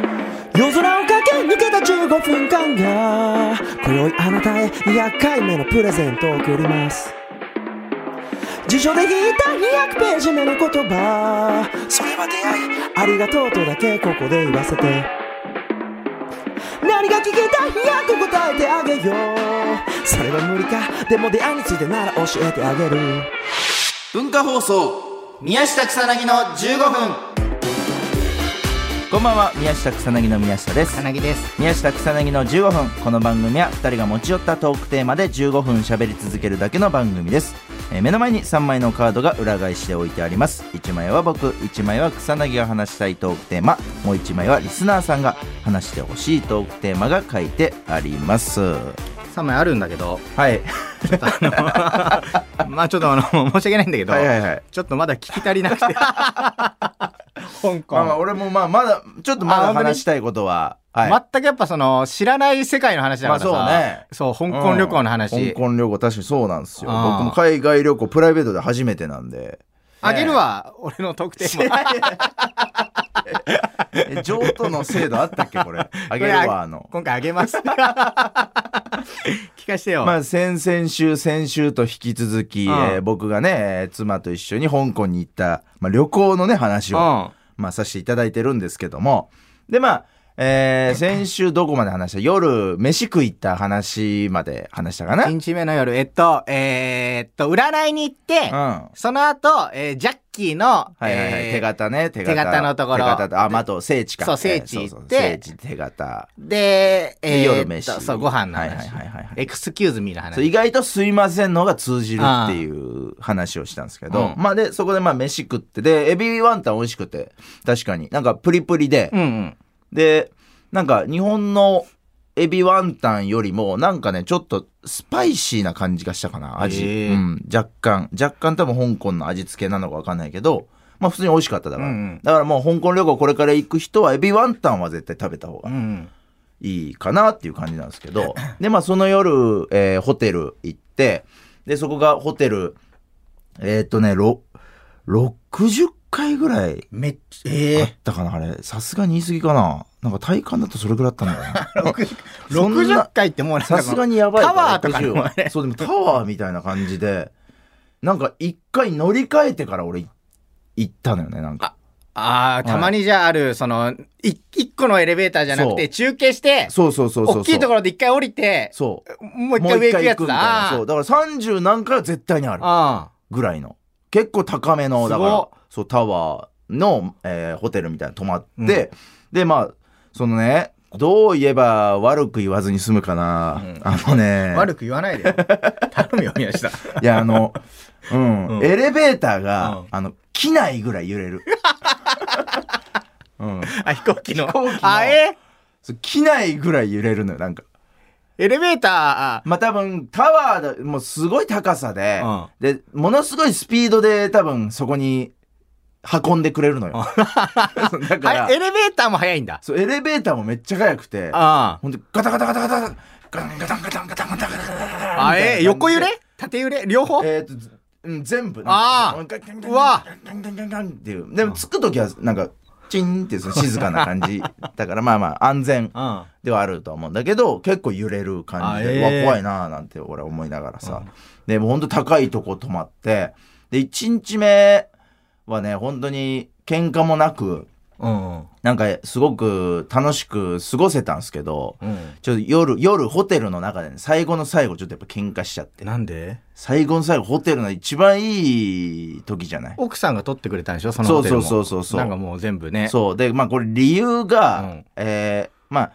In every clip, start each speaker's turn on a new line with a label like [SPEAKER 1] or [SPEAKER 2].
[SPEAKER 1] 夜空を駆け抜けた15分間が今宵あなたへ200回目のプレゼントを贈ります辞書で引いた200ページ目の言葉それは出会いありがとうとだけここで言わせて何が聞きたいやと答えてあげようそれは無理かでも出会いについてなら教えてあげる
[SPEAKER 2] 文化放送宮下草薙の15分こんばんは宮下草薙の宮下です
[SPEAKER 3] なぎです。
[SPEAKER 2] 宮下草薙の15分この番組は2人が持ち寄ったトークテーマで15分喋り続けるだけの番組です、えー目の前に3枚のカードが裏返しで置いてあります1枚は僕1枚は草薙が話したいトークテーマもう1枚はリスナーさんが話してほしいトークテーマが書いてあります は
[SPEAKER 3] 3枚あるんだけど、
[SPEAKER 2] い
[SPEAKER 3] まあちょっとあの、申し訳ないんだけど、
[SPEAKER 2] はいはい はい
[SPEAKER 3] ちょっとまだ聞き足りなくて。香港、
[SPEAKER 2] まあまあ俺もまあまだちょっとまだ
[SPEAKER 3] あ本当に
[SPEAKER 2] 話したいことははい、
[SPEAKER 3] 全くやっぱその、知らない世界の話だからさ、
[SPEAKER 2] まあそうね
[SPEAKER 3] そう香港旅行の話。
[SPEAKER 2] うん香港旅行確かにそうなんですよ
[SPEAKER 3] あー
[SPEAKER 2] 僕も海外旅行プライベートで初めてなんで
[SPEAKER 3] あげるわ、俺の特典も。
[SPEAKER 2] え譲渡の制度あったっけこれ あげる
[SPEAKER 3] これ
[SPEAKER 2] わあの
[SPEAKER 3] 今回あげます。聞かしてよ。
[SPEAKER 2] まあ先々週先週と引き続き、
[SPEAKER 3] うん
[SPEAKER 2] えー僕がねえー妻と一緒に香港に行った、まあ、旅行のね話を、
[SPEAKER 3] うん。
[SPEAKER 2] まあ、させていただいてるんですけどもでまあえー先週どこまで話した夜飯食い行った話まで話したかな、う
[SPEAKER 3] 1日目の夜、えっと、えーっと、占いに行って、
[SPEAKER 2] ん、
[SPEAKER 3] その後、えージャッキーの、
[SPEAKER 2] はいはいはい、
[SPEAKER 3] えー
[SPEAKER 2] 手形ね手形
[SPEAKER 3] 手形のところ
[SPEAKER 2] 手形とあまああと聖地か
[SPEAKER 3] そう聖地
[SPEAKER 2] えーそうそう
[SPEAKER 3] 行って
[SPEAKER 2] 聖地手形
[SPEAKER 3] で、
[SPEAKER 2] で
[SPEAKER 3] えーっと
[SPEAKER 2] 夜飯
[SPEAKER 3] そう、ご飯の話。
[SPEAKER 2] はいはいはいはいはい
[SPEAKER 3] エクスキューズミーの話。
[SPEAKER 2] そう意外と「すいません」のが通じるっていう話をしたんですけど、
[SPEAKER 3] うん
[SPEAKER 2] まあでそこでまあ飯食ってでエビワンタン美味しくて確かになんかプリプリで、
[SPEAKER 3] うんうん。
[SPEAKER 2] でなんか日本のエビワンタンよりもなんかねちょっとスパイシーな感じがしたかな味、
[SPEAKER 3] へ
[SPEAKER 2] う
[SPEAKER 3] ー
[SPEAKER 2] ん、若干若干多分香港の味付けなのか分かんないけどまあ普通に美味しかっただから、
[SPEAKER 3] うんうん
[SPEAKER 2] だからもう香港旅行これから行く人はエビワンタンは絶対食べた方が
[SPEAKER 3] うんうん。
[SPEAKER 2] いいかなっていう感じなんですけ どでまあその夜、えーホテル行ってでそこがホテルえーっとねろ60回ぐらい
[SPEAKER 3] めっちゃ、
[SPEAKER 2] あ
[SPEAKER 3] え
[SPEAKER 2] ったかなあれさすがに言い過ぎかななんか体感だとそれぐらいあったん だよなそんな
[SPEAKER 3] 60回ってもうなんか
[SPEAKER 2] さすがにやばい
[SPEAKER 3] タワーとか
[SPEAKER 2] 60
[SPEAKER 3] のあれ
[SPEAKER 2] そうでもタワーみたいな感じでなんか一回乗り換えてから俺行ったのよねなんか
[SPEAKER 3] ああ、たまにじゃあある、その、い一個のエレベーターじゃなく
[SPEAKER 2] そう
[SPEAKER 3] て、中継して、
[SPEAKER 2] そうそうそうそうそう
[SPEAKER 3] 大きいところで一回降りて、
[SPEAKER 2] そう
[SPEAKER 3] もう一回上行くやつ
[SPEAKER 2] もう一回行みたいな
[SPEAKER 3] だ。
[SPEAKER 2] そうだ
[SPEAKER 3] あ
[SPEAKER 2] から30何回は絶対にある
[SPEAKER 3] あ
[SPEAKER 2] ぐらいの結構高めのだか
[SPEAKER 3] す
[SPEAKER 2] ら
[SPEAKER 3] ご
[SPEAKER 2] そうタワーの、えーホテルみたいなの泊まって、でまあそのねどう言えば悪く言わずに済むかな、
[SPEAKER 3] うん
[SPEAKER 2] あのね
[SPEAKER 3] ー。悪く言わないでよ。 頼むよ、宮下。
[SPEAKER 2] いやあの、うん
[SPEAKER 3] うん
[SPEAKER 2] エレベーターが、
[SPEAKER 3] うん
[SPEAKER 2] あの機内ぐらい揺れ る、うん、
[SPEAKER 3] あ、飛行機の。
[SPEAKER 2] 飛行機の
[SPEAKER 3] あ、え
[SPEAKER 2] そう機内ぐらい揺れるのよなんか
[SPEAKER 3] エレベーター、
[SPEAKER 2] まあ多分タワーだもうすごい高さで、
[SPEAKER 3] うん
[SPEAKER 2] でものすごいスピードで多分そこに運んでくれるの よそうだから
[SPEAKER 3] ああエレベーターも早いんだ。
[SPEAKER 2] そう、エレベーターもめっちゃ速くて、
[SPEAKER 3] あ
[SPEAKER 2] ほんで、ガタガタガタガタ、ガタンガタンガタンガタンガタンガタンガタンガタン
[SPEAKER 3] あ。あ、えー、横揺れ縦揺れ両方
[SPEAKER 2] えっと、ずうん全部。
[SPEAKER 3] あー
[SPEAKER 2] ガンガンガン
[SPEAKER 3] うわ
[SPEAKER 2] ガンガンガンガンっていう。でも、着くときは、なんか、チンってその静かな感じ。だから、まあまあ、安全
[SPEAKER 3] うん。
[SPEAKER 2] ではあるとは思うんだけど、結構揺れる感じで、
[SPEAKER 3] あえー
[SPEAKER 2] うわ、怖いなーなんて俺は思いながらさ。で、もうほんと高いとこ泊まって、で、1日目はね、本当に喧嘩もなく、
[SPEAKER 3] うん。
[SPEAKER 2] なんかすごく楽しく過ごせたんですけど、
[SPEAKER 3] うん。
[SPEAKER 2] ちょっと夜、夜ホテルの中でね、最後の最後ちょっとやっぱ喧嘩しちゃって。
[SPEAKER 3] なんで
[SPEAKER 2] 最後の最後ホテルの一番いい時じゃない
[SPEAKER 3] 奥さんが取ってくれたんでしょそのホテルも
[SPEAKER 2] そうそうそうそうそう
[SPEAKER 3] なんかもう全部ね。
[SPEAKER 2] そう。で、まあこれ理由が、
[SPEAKER 3] うん
[SPEAKER 2] えーまあ、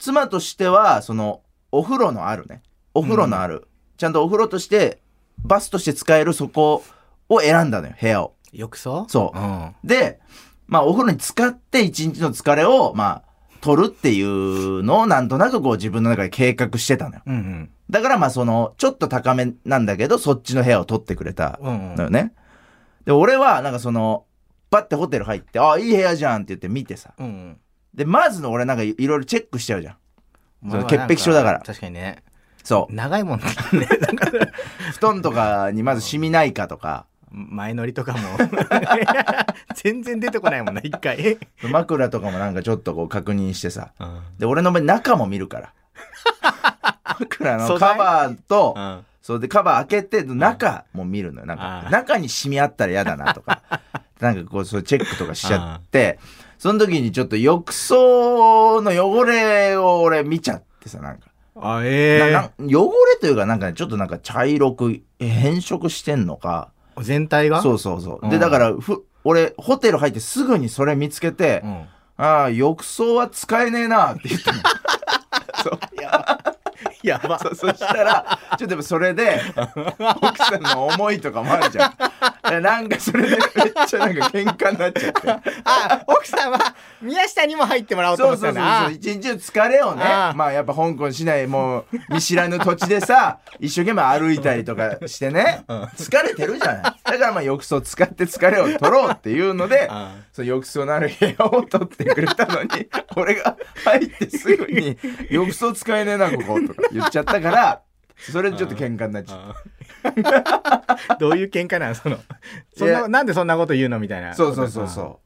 [SPEAKER 2] 妻としては、その、お風呂のあるね。お風呂のある。ちゃんとお風呂として、バスとして使えるそこを選んだのよ、部屋を。
[SPEAKER 3] 浴槽
[SPEAKER 2] そう
[SPEAKER 3] うん。
[SPEAKER 2] で、まあ、お風呂に使って一日の疲れを、まあ、取るっていうのをなんとなくこう自分の中で計画してたのよ。
[SPEAKER 3] うん
[SPEAKER 2] だからまあその、ちょっと高めなんだけど、そっちの部屋を取ってくれた
[SPEAKER 3] うん。う
[SPEAKER 2] の
[SPEAKER 3] んうん。
[SPEAKER 2] よね。で、俺はなんかその、バッてホテル入って、ああ、いい部屋じゃんって言って見てさ。
[SPEAKER 3] うんうん。
[SPEAKER 2] で、まずの俺なんかいろいろチェックしちゃうじゃん。
[SPEAKER 3] まあ
[SPEAKER 2] その
[SPEAKER 3] まあ
[SPEAKER 2] 潔癖症だから
[SPEAKER 3] なん確かにね。
[SPEAKER 2] そう。
[SPEAKER 3] 長いもんね。
[SPEAKER 2] 布団とかにまず染みないかとか、
[SPEAKER 3] 前乗りとかも 全然出てこないもんな一回
[SPEAKER 2] 枕とかもなんかちょっとこう確認してさで俺の場合中も見るから枕のカバーと
[SPEAKER 3] うん
[SPEAKER 2] それでカバー開けて中も見るのよなん
[SPEAKER 3] あ
[SPEAKER 2] か
[SPEAKER 3] ー
[SPEAKER 2] 中に染みあったら嫌だなと かなんかこうそうチェックとかしちゃってその時にちょっと浴槽の汚れを俺見ちゃってさなんか、
[SPEAKER 3] あ
[SPEAKER 2] な
[SPEAKER 3] え
[SPEAKER 2] な汚れというかなんかねちょっとなんか茶色く変色してんのか
[SPEAKER 3] え全体が
[SPEAKER 2] そうそうそう、で
[SPEAKER 3] うん
[SPEAKER 2] だからふ俺ホテル入ってすぐにそれ見つけて、
[SPEAKER 3] うん
[SPEAKER 2] ああ浴槽は使えねえなって言ったの
[SPEAKER 3] や ば
[SPEAKER 2] そそしたらちょっとやっぱそれで奥さんの思いとかもあるじゃんえなんかそれでめっちゃなんか喧嘩になっちゃって
[SPEAKER 3] あ奥さんは宮下にも入ってもらおうと
[SPEAKER 2] そ
[SPEAKER 3] 思
[SPEAKER 2] う
[SPEAKER 3] っ
[SPEAKER 2] そ
[SPEAKER 3] た
[SPEAKER 2] うんそ
[SPEAKER 3] だ
[SPEAKER 2] うそう一日中疲れをね
[SPEAKER 3] ああ
[SPEAKER 2] まあやっぱ香港市内もう見知らぬ土地でさ一生懸命歩いたりとかしてね疲れてるじゃないだからまあ浴槽使って疲れを取ろうっていうので
[SPEAKER 3] ああ
[SPEAKER 2] その浴槽のある部屋を取ってくれたのに俺が入ってすぐ に「浴槽使えねえなここ」とか言っちゃったからそれでちょっと喧嘩になっちゃっ
[SPEAKER 3] ああどういう喧嘩なんそのそん
[SPEAKER 2] いや
[SPEAKER 3] ななんでそんなこと言うのみたい
[SPEAKER 2] た
[SPEAKER 3] な
[SPEAKER 2] そうそうそうそ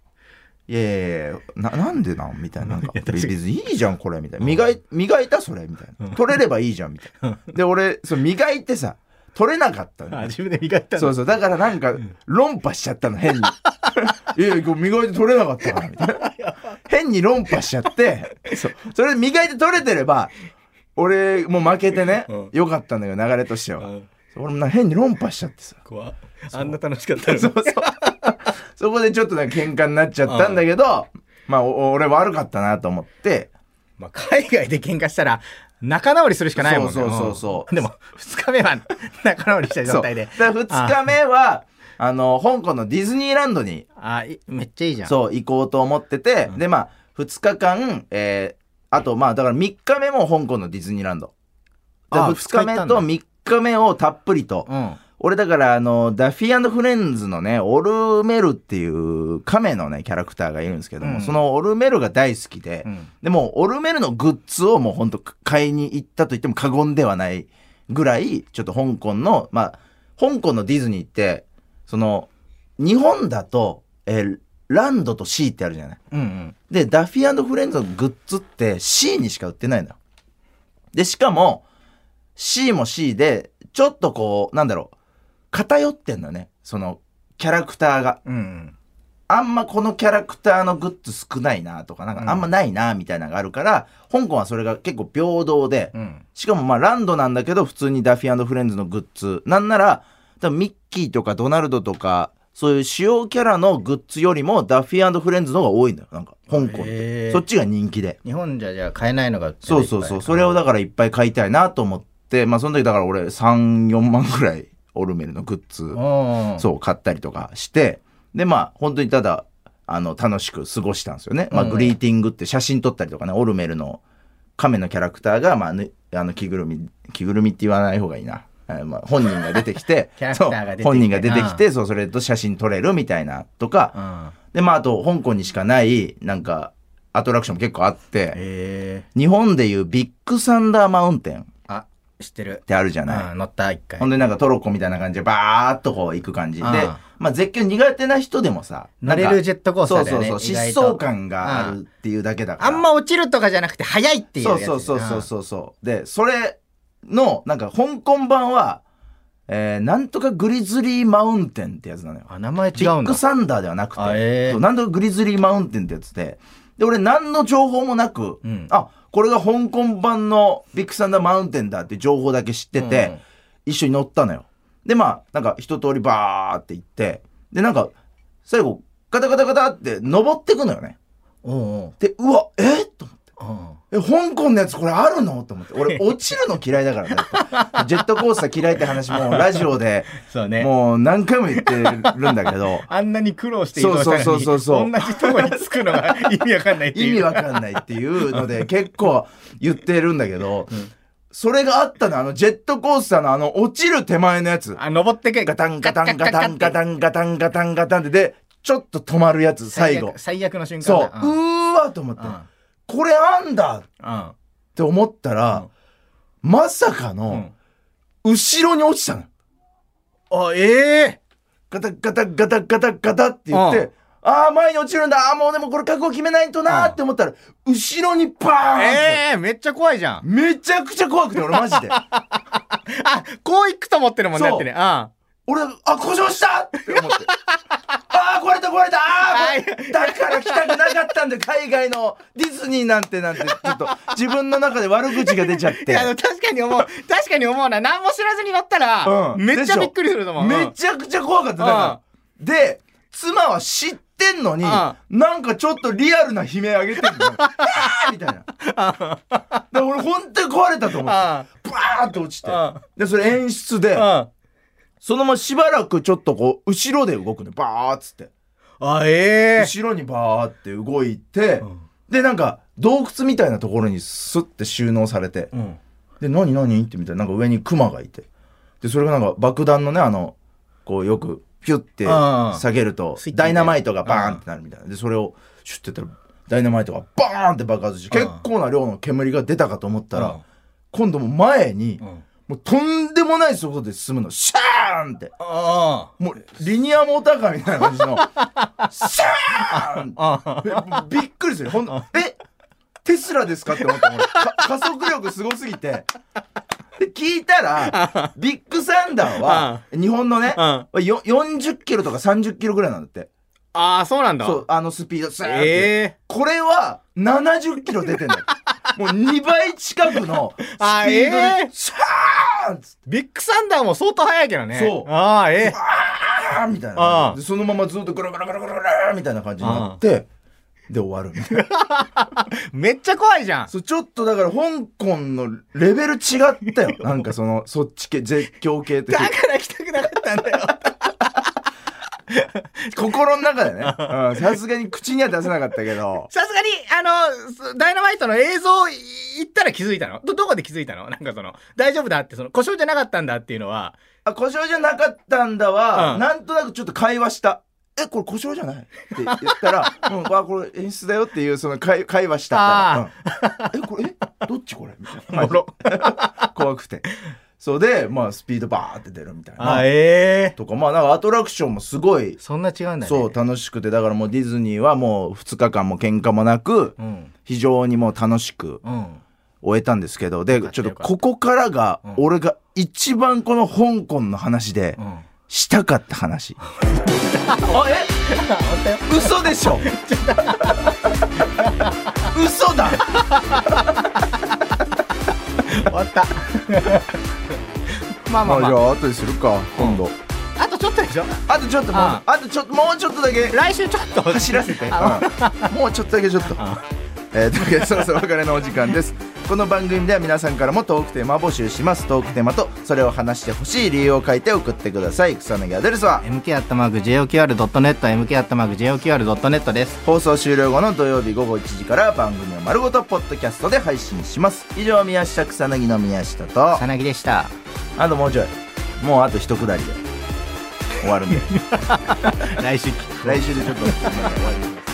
[SPEAKER 2] ういやいやいやななんでなんみたいななんか
[SPEAKER 3] いや確
[SPEAKER 2] 別
[SPEAKER 3] かに
[SPEAKER 2] にいいじゃんこれみたいな磨い磨いたそれみたいな取れればいいじゃんみたいなで俺そう磨いてさ取れなかったの
[SPEAKER 3] あ自分で磨いたんだ
[SPEAKER 2] そうそう。だからなんか、論破しちゃったの、 変に。いやいや、こう磨いて取れなかったから、みたいな。変に論破しちゃって、そう。それで磨いて取れてれば、俺もう負けてね
[SPEAKER 3] うん、
[SPEAKER 2] よかったんだけど、流れとしては。
[SPEAKER 3] あ
[SPEAKER 2] 俺もなんか変に論破しちゃってさ。
[SPEAKER 3] 怖あんな楽しかったのに
[SPEAKER 2] そうそう。そこでちょっとなんか喧嘩になっちゃったんだけど、まあ、お俺悪かったなと思って、
[SPEAKER 3] まあ、海外で喧嘩したら仲直りするしかないもんね
[SPEAKER 2] そうそうそうそうん
[SPEAKER 3] でも2日目は仲直りした
[SPEAKER 2] そう。
[SPEAKER 3] 状態
[SPEAKER 2] だ
[SPEAKER 3] で
[SPEAKER 2] から2日目は、あの、香港のディズニーランドに
[SPEAKER 3] あいめっちゃいいじゃん
[SPEAKER 2] そう、行こうと思ってて、で、まあ、2日間、えーあと、まあ、だから3日目も香港のディズニーランド。で
[SPEAKER 3] あ
[SPEAKER 2] 2日目
[SPEAKER 3] 二日行ったん
[SPEAKER 2] と
[SPEAKER 3] だ
[SPEAKER 2] 3日目をたっぷりと。
[SPEAKER 3] うん
[SPEAKER 2] 俺、だから、あの、ダッフィーフレンズのね、オルメルっていう亀のね、キャラクターがいるんですけども、
[SPEAKER 3] うん
[SPEAKER 2] そのオルメルが大好きで、
[SPEAKER 3] うん
[SPEAKER 2] でも、オルメルのグッズをもう本当買いに行ったと言っても過言ではないぐらい、ちょっと香港の、まあ、香港のディズニーって、その、日本だと、えーランドと C ってあるじゃない。
[SPEAKER 3] うんうん
[SPEAKER 2] で、ダッフィーフレンズのグッズって C にしか売ってないのよ。で、しかも、C も C で、ちょっとこう、なんだろう、偏ってんのよね。その、キャラクターが。
[SPEAKER 3] うんうん
[SPEAKER 2] あんまこのキャラクターのグッズ少ないなとか、なんかあんまないなみたいなのがあるから、香港はそれが結構平等で
[SPEAKER 3] う、ん
[SPEAKER 2] しかもまあランドなんだけど、普通にダッフィーフレンズのグッズ。なんなら、多分ミッキーとかドナルドとか、そういう主要キャラのグッズよりもダッフィーフレンズの方が多いんだよ。なんか、香港って。
[SPEAKER 3] へえ
[SPEAKER 2] そっちが人気で。
[SPEAKER 3] 日本じゃじゃあ買えないのが売ってる
[SPEAKER 2] そうそうそう。それをだからいっぱい買いたいなと思って、まあその時だから俺3、4万ぐらいオルメルのグッズ。
[SPEAKER 3] うん
[SPEAKER 2] そう、買ったりとかして、で、まあ、本当にただ、あの、楽しく過ごしたんですよね。まあ、
[SPEAKER 3] うん
[SPEAKER 2] グリーティングって写真撮ったりとかね、オルメルの亀のキャラクターが、まあ、ぬあの、着ぐるみ、着ぐるみって言わない方がいいな。えーまあ、本人が出てきて
[SPEAKER 3] キャラクターが出てき
[SPEAKER 2] そ
[SPEAKER 3] て
[SPEAKER 2] う本人が出てきて、そう、それと写真撮れるみたいなと
[SPEAKER 3] う
[SPEAKER 2] か、
[SPEAKER 3] ん
[SPEAKER 2] で、まあ、あと、香港にしかない、なんか、アトラクションも結構あって、
[SPEAKER 3] へえ
[SPEAKER 2] 日本でいうビッグサンダーマウンテンっ
[SPEAKER 3] あ知ってる
[SPEAKER 2] てあるじゃない。
[SPEAKER 3] うん乗った一回
[SPEAKER 2] ほんでなんかトロッコみたいな感じでバーっとこう行く感じで、
[SPEAKER 3] うん
[SPEAKER 2] まあ絶叫苦手な人でもさ、
[SPEAKER 3] 乗れ
[SPEAKER 2] なんか
[SPEAKER 3] るジェットコースターだよね
[SPEAKER 2] そうそう
[SPEAKER 3] 意
[SPEAKER 2] そう、
[SPEAKER 3] 外
[SPEAKER 2] 疾
[SPEAKER 3] と
[SPEAKER 2] 走感があるっていうだけだから。
[SPEAKER 3] あんま落ちるとかじゃなくて速いっていう
[SPEAKER 2] そ
[SPEAKER 3] や
[SPEAKER 2] う
[SPEAKER 3] つ
[SPEAKER 2] そうそうそうそうそう。で、それの、なんか香港版は、えー、なんとかグリズリーマウンテンってやつなのよ。
[SPEAKER 3] あ名前違
[SPEAKER 2] ビ
[SPEAKER 3] う
[SPEAKER 2] ッ
[SPEAKER 3] ん
[SPEAKER 2] グ
[SPEAKER 3] だ
[SPEAKER 2] サンダーではなくて、
[SPEAKER 3] あえー
[SPEAKER 2] そうなんとかグリズリーマウンテンってやつで、で、俺何の情報もなく、
[SPEAKER 3] うん
[SPEAKER 2] あ、これが香港版のビッグサンダーマウンテンだって情報だけ知ってて、
[SPEAKER 3] うん
[SPEAKER 2] 一緒に乗ったのよ。で、まあ、なんか一通りバーって行って、で、なんか、最後、ガタガタガタって登ってくのよね。
[SPEAKER 3] おうおう
[SPEAKER 2] で、うわ、えと思って。
[SPEAKER 3] うん
[SPEAKER 2] え、香港のやつこれあるのと思って。 俺、落ちるの嫌いだからだって。ジェットコースター嫌いって話もうラジオ で、
[SPEAKER 3] そうね
[SPEAKER 2] もう何回も言ってるんだけど、
[SPEAKER 3] あんなに苦労して移動したのに
[SPEAKER 2] そうそうそうそう
[SPEAKER 3] 同じとこに着くのが意味わかんないっていう
[SPEAKER 2] 意味わかんないっていうので結構言ってるんだけど
[SPEAKER 3] ん、
[SPEAKER 2] それがあったの、あのジェットコースターのあの落ちる手前のやつ。
[SPEAKER 3] あ登ってけ
[SPEAKER 2] ガタンガタンガタンガ
[SPEAKER 3] ン
[SPEAKER 2] タンガタンガタンガタンってで、ちょっと止まるやつ、最後。
[SPEAKER 3] 最悪の瞬間
[SPEAKER 2] そう。う
[SPEAKER 3] だうん
[SPEAKER 2] ーわと思って
[SPEAKER 3] う、ん
[SPEAKER 2] これあんだって思ったら、まさか
[SPEAKER 3] うんう
[SPEAKER 2] の、
[SPEAKER 3] ん
[SPEAKER 2] 後ろに落ちたの。
[SPEAKER 3] あええ
[SPEAKER 2] ガタガタガタガタガタって言って、
[SPEAKER 3] うん
[SPEAKER 2] ああ、前に落ちるんだ。ああ、もうでもこれ覚悟決めないとなーって思ったら、後ろにバーンって、
[SPEAKER 3] ええー、めっちゃ怖いじゃん。
[SPEAKER 2] めちゃくちゃ怖くて、俺マジで。
[SPEAKER 3] あ、こう行くと思ってるもんね、
[SPEAKER 2] そ
[SPEAKER 3] だ
[SPEAKER 2] う
[SPEAKER 3] ってね。あ
[SPEAKER 2] 俺、あ、故障したって思 って。ああ、壊れた壊れたあーこれだから来たくなかったんで、海外のディズニーなんてなんて、ちょっと自分の中で悪口が出ちゃっ
[SPEAKER 3] い
[SPEAKER 2] て。
[SPEAKER 3] や、でも確かに思う。確かに思うな。何も知らずに乗ったら、
[SPEAKER 2] うん
[SPEAKER 3] めっちゃびっくりすると思う。
[SPEAKER 2] めちゃくちゃ怖かった。だからで、妻は知ってんのに、
[SPEAKER 3] うん
[SPEAKER 2] なんかちょっとリアルな悲鳴上げてんのよ。 あーみたいな。で俺本当に壊れたと思って。バ
[SPEAKER 3] あ
[SPEAKER 2] ーって落ちて
[SPEAKER 3] うん。
[SPEAKER 2] で、それ演出で、
[SPEAKER 3] あ。
[SPEAKER 2] そのまましばらくちょっとこう、後ろで動くのよ。バーっつって。
[SPEAKER 3] あ、ええ
[SPEAKER 2] 後ろにバーって動いて、
[SPEAKER 3] ん
[SPEAKER 2] で、なんか洞窟みたいなところにスッて収納されて、
[SPEAKER 3] うん。
[SPEAKER 2] で、何何ってみたいな、なんか上にクマがいて。で、それがなんか爆弾のね、あの、こうよく、ピュって
[SPEAKER 3] ああ
[SPEAKER 2] 下げると
[SPEAKER 3] スイッチみ、た
[SPEAKER 2] ダ
[SPEAKER 3] い
[SPEAKER 2] イ
[SPEAKER 3] な
[SPEAKER 2] ナマイトがバーンってなるみたいな。で、それをシュッてやったら、ダイナマイトがバーンって爆発して、
[SPEAKER 3] ああ
[SPEAKER 2] 結構な量の煙が出たかと思った
[SPEAKER 3] ああ
[SPEAKER 2] ら、今度もう前に、
[SPEAKER 3] うん
[SPEAKER 2] もうとんでもない速度で進むの、シャーンって。
[SPEAKER 3] あ
[SPEAKER 2] もう、リニアモーターカーみたいな感じ の、シャーンって
[SPEAKER 3] あ。あ
[SPEAKER 2] え
[SPEAKER 3] あ。
[SPEAKER 2] びっくりするほんえテスラですかって思った俺か 加速力すごすぎてで聞いた らビッグサンダーは日本のね
[SPEAKER 3] あ
[SPEAKER 2] よ40キロとか30キロぐらいなんだって
[SPEAKER 3] ああ、そうなんだ。
[SPEAKER 2] そうあのスピードスーッて、
[SPEAKER 3] ええ
[SPEAKER 2] これは70キロ出てんだよもう2倍近くのスピ
[SPEAKER 3] あ
[SPEAKER 2] ード
[SPEAKER 3] え
[SPEAKER 2] で
[SPEAKER 3] え
[SPEAKER 2] シャーンっつって
[SPEAKER 3] ビッグサンダーも相当速いけどね。
[SPEAKER 2] そう
[SPEAKER 3] ああ、ええ
[SPEAKER 2] あーみたい
[SPEAKER 3] あ
[SPEAKER 2] な
[SPEAKER 3] あ
[SPEAKER 2] でそのままずっとグラグラグラグラグラみたいな感じになってで終わるみたいな
[SPEAKER 3] めっちゃ怖いじゃん。
[SPEAKER 2] そうちょっとだから香港のレベル違った よなんかそのそっち系絶叫系っていう
[SPEAKER 3] だ
[SPEAKER 2] か
[SPEAKER 3] から来たくなかったんだよ。
[SPEAKER 2] 心の中でねうんさすがに口には出せなかったけど
[SPEAKER 3] さすがに、あの、ダイナマイトの映像い言ったら気づいたのど、どこで気づいたのなんかその、大丈夫だって、その、故障じゃなかったんだっていうのは、
[SPEAKER 2] あ故障じゃなかったんだは、
[SPEAKER 3] うん
[SPEAKER 2] なんとなくちょっと会話したえこれ故障じゃないって言ったら 「うん、あこれ演出だよ」っていうその会会話したから、うんえこれえどっちこれ?」みたいな
[SPEAKER 3] おもろ
[SPEAKER 2] 怖くてそうでまあスピードバーって出るみたいな
[SPEAKER 3] ええ
[SPEAKER 2] とかまあなんかアトラクションもすごい
[SPEAKER 3] そんな違うんだね。
[SPEAKER 2] そう、楽しくて、だからもうディズニーはもう2日間も喧嘩もなく、
[SPEAKER 3] うん。
[SPEAKER 2] 非常にもう楽しく
[SPEAKER 3] うん。
[SPEAKER 2] 終えたんですけど、で、
[SPEAKER 3] かっ
[SPEAKER 2] ち
[SPEAKER 3] た
[SPEAKER 2] ょっと
[SPEAKER 3] よかった
[SPEAKER 2] ここからが
[SPEAKER 3] うん、
[SPEAKER 2] 俺が一番この香港の話で
[SPEAKER 3] う、ん。
[SPEAKER 2] したかった 話。あ、え嘘でしょ 嘘だ
[SPEAKER 3] 終わった。まあまあ
[SPEAKER 2] あ、じ
[SPEAKER 3] ま
[SPEAKER 2] ゃ
[SPEAKER 3] あ。
[SPEAKER 2] あ後にするか、今度。
[SPEAKER 3] あとちょっとでしょ
[SPEAKER 2] あとちょっともう、
[SPEAKER 3] あ
[SPEAKER 2] あとちょっと、もうちょっとだけ。
[SPEAKER 3] 来週ちょっと。
[SPEAKER 2] 走らせて、
[SPEAKER 3] あ
[SPEAKER 2] うんもうちょっとだけちょっと。えー、というわけでそろそろお別れのお時間ですこの番組では皆さんからもトークテーマを募集しますトークテーマとそれを話してほしい理由を書いて送ってください草薙アドレスは
[SPEAKER 3] MK アットマーク JOQR.net、MK アットマーク JOQR.net です。
[SPEAKER 2] 放送終了後の土曜日午後1時から番組を丸ごとポッドキャストで配信します以上宮下草薙の宮下と
[SPEAKER 3] さなぎでした。
[SPEAKER 2] あともうちょいもうあと一くだりで終わるんで
[SPEAKER 3] 来週聞く
[SPEAKER 2] 来週でちょっと終わります